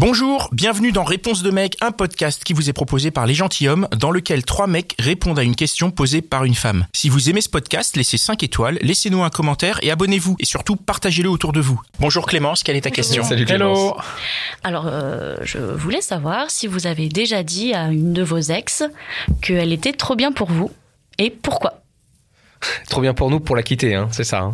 Bonjour, bienvenue dans Réponse de mec, un podcast qui vous est proposé par Les Gentilhommes, dans lequel trois mecs répondent à une question posée par une femme. Si vous aimez ce podcast, laissez 5 étoiles, laissez-nous un commentaire et abonnez-vous. Et surtout, partagez-le autour de vous. Bonjour Clémence, quelle est ta question Salut Clémence. Alors, euh, je voulais savoir si vous avez déjà dit à une de vos ex qu'elle était trop bien pour vous et pourquoi. Trop bien pour nous pour la quitter, hein, c'est ça. hein.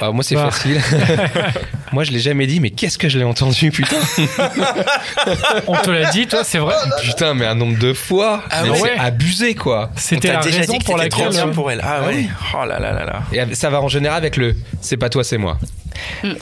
Ah, moi, c'est Bah. facile. moi, je l'ai jamais dit, mais qu'est-ce que je l'ai entendu, putain. On te l'a dit, toi, c'est vrai. Putain, mais un nombre de fois. Ah Mais ouais. c'est abusé, quoi. C'était On t'a la déjà raison dit que pour t'étais trop laquelle. hein bien pour elle. Ah, ouais. Oh là là là là. Et ça va en général avec le c'est pas toi, c'est moi.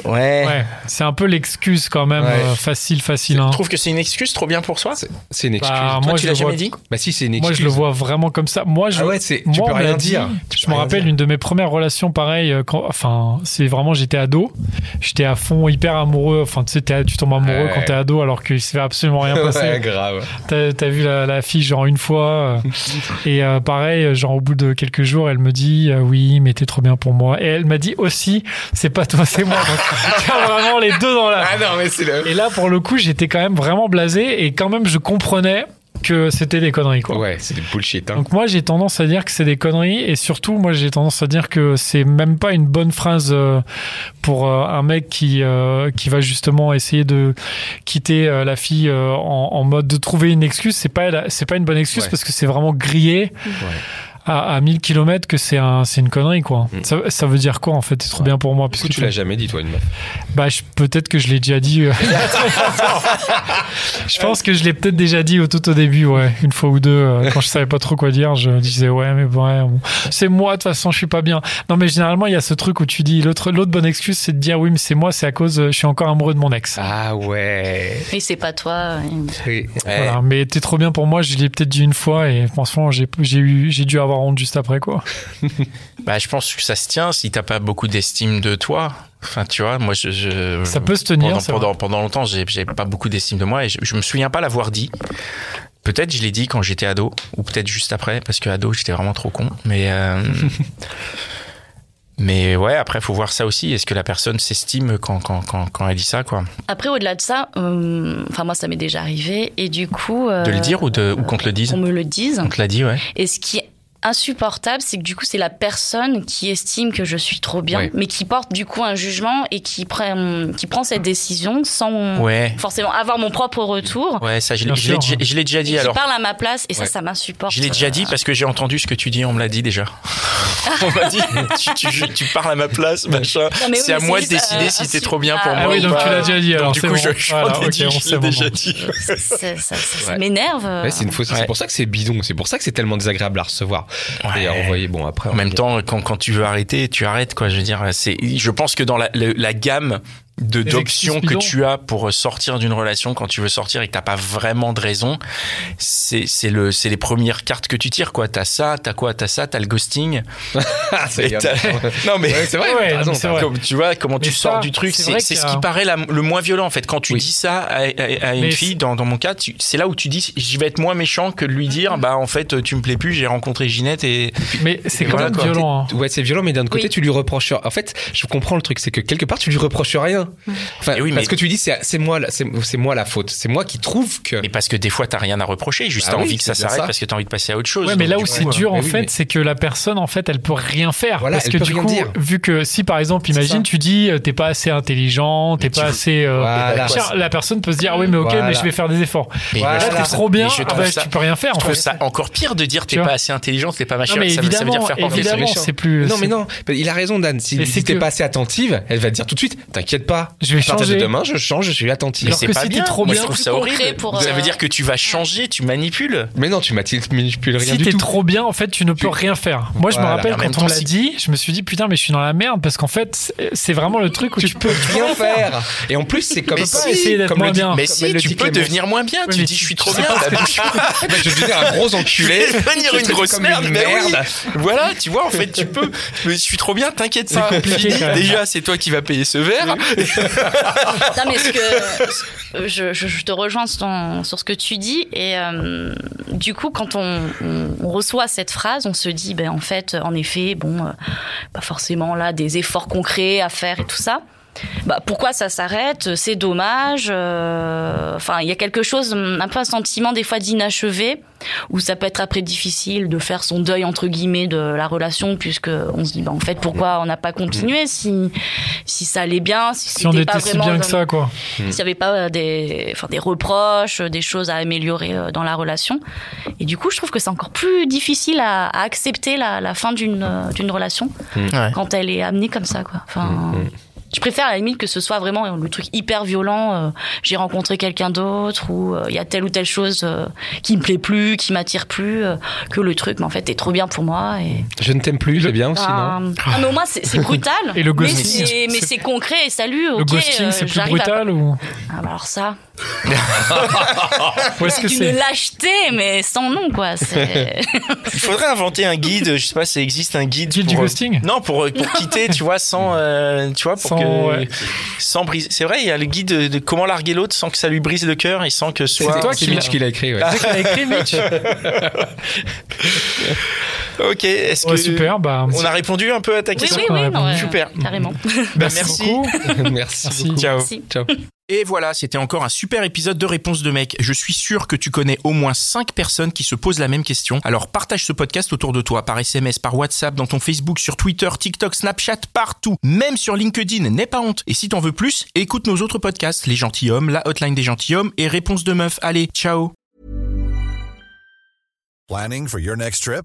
Ouais, c'est un peu l'excuse quand même, Eh. Ouais. euh, facile, facile. hein. Tu trouves que c'est une excuse trop bien pour soi C'est- C'est une excuse. Bah, Toi, moi, tu je l'as le vois- jamais dit Bah, si, c'est une excuse. Moi, je le vois vraiment comme ça. Moi, je, Ah ouais, c'est- tu moi, peux on me l'a rien dit. dire. Tu Je peux me rien rappelle dire. une de mes premières relations, pareil. euh, Quand, enfin, c'est vraiment, j'étais ado. J'étais à fond, hyper amoureux. Enfin, tu sais, t'es- tu tombes amoureux Ouais. quand t'es ado, alors qu'il se fait absolument rien passer. Ouais, grave. T'as t'as vu la, la fille genre une fois euh, et euh, pareil genre au bout de quelques jours elle me dit euh, oui mais t'es trop bien pour moi et elle m'a dit aussi c'est pas toi c'est moi donc t'as vraiment les deux dans la Ah non, mais c'est le. et là pour le coup j'étais quand même vraiment blasé et quand même je comprenais que c'était des conneries quoi Ouais, c'est du bullshit. Hein. donc moi j'ai tendance à dire que c'est des conneries et surtout moi j'ai tendance à dire que c'est même pas une bonne phrase euh, pour euh, un mec qui euh, qui va justement essayer de quitter euh, la fille euh, en, en mode de trouver une excuse c'est pas la- c'est pas une bonne excuse Ouais. parce que c'est vraiment grillé à, à 1000 km que c'est un c'est une connerie quoi Mm. ça, ça veut dire quoi en fait c'est trop bien pour moi Du puisque coup, tu l'as jamais dit, toi, une meuf. bah, je- peut-être que je l'ai déjà dit. euh. je pense que je l'ai peut-être déjà dit au, tout au début, ouais. Une fois ou deux, euh, quand je savais pas trop quoi dire, je disais, ouais, mais bon, ouais, bon. c'est moi, de toute façon, je suis pas bien. Non, mais généralement, il y a ce truc où tu dis, l'autre, l'autre bonne excuse, c'est de dire, oui, mais c'est moi, c'est à cause, euh, je suis encore amoureux de mon ex. Ah ouais. Et c'est pas toi. euh, et- Oui. Voilà, mais t'es trop bien pour moi, je l'ai peut-être dit une fois et franchement, j'ai, j'ai, eu, j'ai dû avoir honte juste après, quoi. Bah, je pense que ça se tient si t'as pas beaucoup d'estime de toi. Enfin, tu vois, moi, je. je- Ça peut se tenir, Pendant, c'est vrai. pendant, pendant longtemps, j'ai j'ai pas beaucoup d'estime de moi et je, je me souviens pas l'avoir dit. Peut-être je l'ai dit quand j'étais ado, ou peut-être juste après, parce que ado, j'étais vraiment trop con. Mais. euh, Mais ouais, après, faut voir ça aussi. Est-ce que la personne s'estime quand, quand, quand, quand elle dit ça, quoi Après, au-delà de ça, euh, enfin, moi, ça m'est déjà arrivé. Et du coup. euh, De le dire ou, de, ou qu'on te le dise Qu'on me le dise. On te l'a dit, ouais. Et ce qui est insupportable, c'est que du coup, c'est la personne qui estime que je suis trop bien, Ouais. mais qui porte du coup un jugement et qui prend, qui prend cette décision sans Ouais. forcément avoir mon propre retour. Ouais, ça, je l'ai Bien je l'ai sûr, hein. déjà- je l'ai déjà et dit qui alors. parle à ma place et ça, Ouais. ça m'insupporte. Je l'ai déjà dit parce que j'ai entendu ce que tu dis, on me l'a dit déjà. on m'a dit, tu, tu- tu parles à ma place, machin. Non, mais oui, c'est à mais moi de c'est juste, décider euh, si t'es insu- trop bien pour Ah moi. Ah oui, ou donc pas. tu l'as déjà dit, Donc, alors du c'est coup, bon. je, je Voilà, m'en ai ok, dit, on je sait l'ai maintenant. déjà dit. Ça, ça- ça- ça Ouais. m'énerve. Ouais, c'est une fausse. Ouais. C'est pour ça que c'est bidon. C'est pour ça que c'est tellement désagréable à recevoir. Ouais. Et à envoyer. Bon, après. En même temps, quand, quand tu veux arrêter, tu arrêtes, quoi. Je veux dire, c'est, je pense que dans la, le- la gamme de, Les d'options excuses que bidons. tu as pour sortir d'une relation quand tu veux sortir et que t'as pas vraiment de raison, c'est, c'est le, c'est les premières cartes que tu tires, quoi. T'as ça, t'as quoi, t'as ça, t'as le ghosting. Ah, c'est Et bien. t'as- non, mais. Ouais, c'est vrai, Ouais, t'as non, raison, c'est t'as vrai. raison. Comme tu vois, comment Mais tu sors ça, du truc, c'est c'est vrai c'est qu'il y ce a qui un- paraît la- le moins violent en fait. Quand tu Oui. dis ça à, à- à une Mais fille, c'est- dans, dans mon cas, tu- c'est là où tu dis je vais être moins méchant que de lui dire bah en fait tu me plais plus, j'ai rencontré Ginette et Mais c'est quand voilà, même quoi. violent. hein. Ouais, c'est violent, mais d'un autre côté, Oui. tu lui reproches. En fait, je comprends le truc, c'est que quelque part, tu lui reproches rien. Enfin, Et oui, parce mais- que tu dis, c'est c'est moi, la- c'est c'est moi la faute. C'est moi qui trouve que. mais parce que des fois t'as rien à reprocher, juste Bah t'as oui, envie que ça c'est bien s'arrête ça. parce que t'as envie de passer à autre chose. Ouais, mais Donc, là du où coup, c'est euh, dur, mais en oui, fait, mais- c'est que la personne, en fait, elle peut rien faire. Voilà, parce elle que peut du rien coup, dire. vu que si par exemple, ça. imagine, tu dis, euh, t'es pas assez intelligent, t'es tu pas veux- assez. euh, Voilà. tiens, la personne peut se dire, ah oui, mais ok, Voilà. mais je vais faire des efforts. mais Voilà, moi, je Là, trouve t'es ça- trop bien, mais je ah trouve bah, ça- tu peux rien faire, je en trouve fait. ça encore pire de dire t'es Tu pas vois. assez intelligent, t'es pas machin. Non, mais ça, veut- ça veut dire évidemment, faire confiance. évidemment, méchant. c'est plus. Non, mais c'est- non, mais il a raison, Dan. Si Mais si c'est t'es que- pas assez attentive, elle va te dire tout de suite, t'inquiète pas, pas. Je vais À partir changer. de demain, je change, je suis attentif. Mais Alors c'est que pas c'était bien. trop Moi, bien. Je trouve ça Concret horrible. pour, ça euh, veut dire que tu vas changer, tu manipules. Mais non, tu manipules rien si du t'es tout. trop bien, en fait, tu ne peux Tu- rien faire. Moi, je me Voilà. rappelle En même quand temps, on l'a si- dit, je me suis dit putain, mais je suis dans la merde parce qu'en fait, c'est- c'est vraiment le truc où tu, peux rien faire. Et en plus, c'est comme Mais ça. si, essayer d'être comme moins le dit- bien. Mais comme si, elle le tu dit, peux Clémence. devenir moins bien. Oui, Tu mais dis, je tu- suis tu trop sais bien. pas ce bah, bouge- Eh ben, Je vais devenir un gros enculé. Je vais devenir Je vais une grosse comme merde, une mais oui. merde. Voilà, tu vois, en fait, tu peux. Je suis trop bien, t'inquiète pas. compliqué, Puis, quand même. Déjà, c'est toi qui vas payer ce verre. Non, mais ce que je, je- je te rejoins sur, ton- sur ce que tu dis et euh, du coup quand on, on- on reçoit cette phrase, on se dit ben en fait en effet bon euh, pas forcément là des efforts concrets à faire et tout ça. Bah, pourquoi ça s'arrête C'est dommage. euh, Enfin, il y a quelque chose, un peu un sentiment des fois d'inachevé, où ça peut être après difficile de faire son deuil entre guillemets de la relation, puisque on se dit, bah, en fait, pourquoi on n'a pas continué si si ça allait bien, si, si on c'était était pas si vraiment bien dans- que ça, quoi. s'il n'y avait pas euh, des, enfin, des reproches, euh, des choses à améliorer euh, dans la relation. Et du coup, je trouve que c'est encore plus difficile à, à accepter la, la fin d'une euh, d'une relation Ouais. quand elle est amenée comme ça. Quoi. Enfin, Je préfère à la limite que ce soit vraiment euh, le truc hyper violent, euh, j'ai rencontré quelqu'un d'autre, ou euh, il y a telle ou telle chose euh, qui me plaît plus, qui m'attire plus, euh, que le truc, mais en fait, t'es trop bien pour moi. Et... Je ne t'aime plus, c'est bien aussi, non Enfin, ah, mais au moins, c'est c'est brutal, Et le mais ghosting, c'est- mais c'est- c'est concret, et salut, le ok, ghosting, euh, c'est plus j'arrive à- brutal ou, Ah, bah alors ça... ou est-ce que Une c'est lâcheté, mais sans nom, quoi. C'est- Il faudrait inventer un guide. Je sais pas, ça existe un guide. Guide du pour, euh, ghosting Non, pour, euh, pour quitter, tu vois, sans. euh, tu vois, pour Sans, que. ouais. Sans briser. C'est vrai, il y a le guide de, de comment larguer l'autre sans que ça lui brise le cœur et sans que ce soit. C'est toi qui C'est Mitch l'as- qui l'a écrit, ouais. C'est ça qu'il a écrit, Mitch Ok, est-ce Ouais, que. super, bah, On a répondu un peu à ta Oui, question oui, oui, non, ouais, Super. Carrément. Bah, merci, merci. beaucoup. Merci. Merci. beaucoup. Ciao. Si. Ciao. Et voilà, c'était encore un super épisode de Réponse de mec. Je suis sûr que tu connais au moins 5 personnes qui se posent la même question. Alors partage ce podcast autour de toi, par SMS, par WhatsApp, dans ton Facebook, sur Twitter, TikTok, Snapchat, partout. Même sur LinkedIn, n'aie pas honte. Et si t'en veux plus, écoute nos autres podcasts, Les Gentilhommes, La Hotline des Gentilhommes et Réponse de meuf. Allez, ciao Planning for your next trip?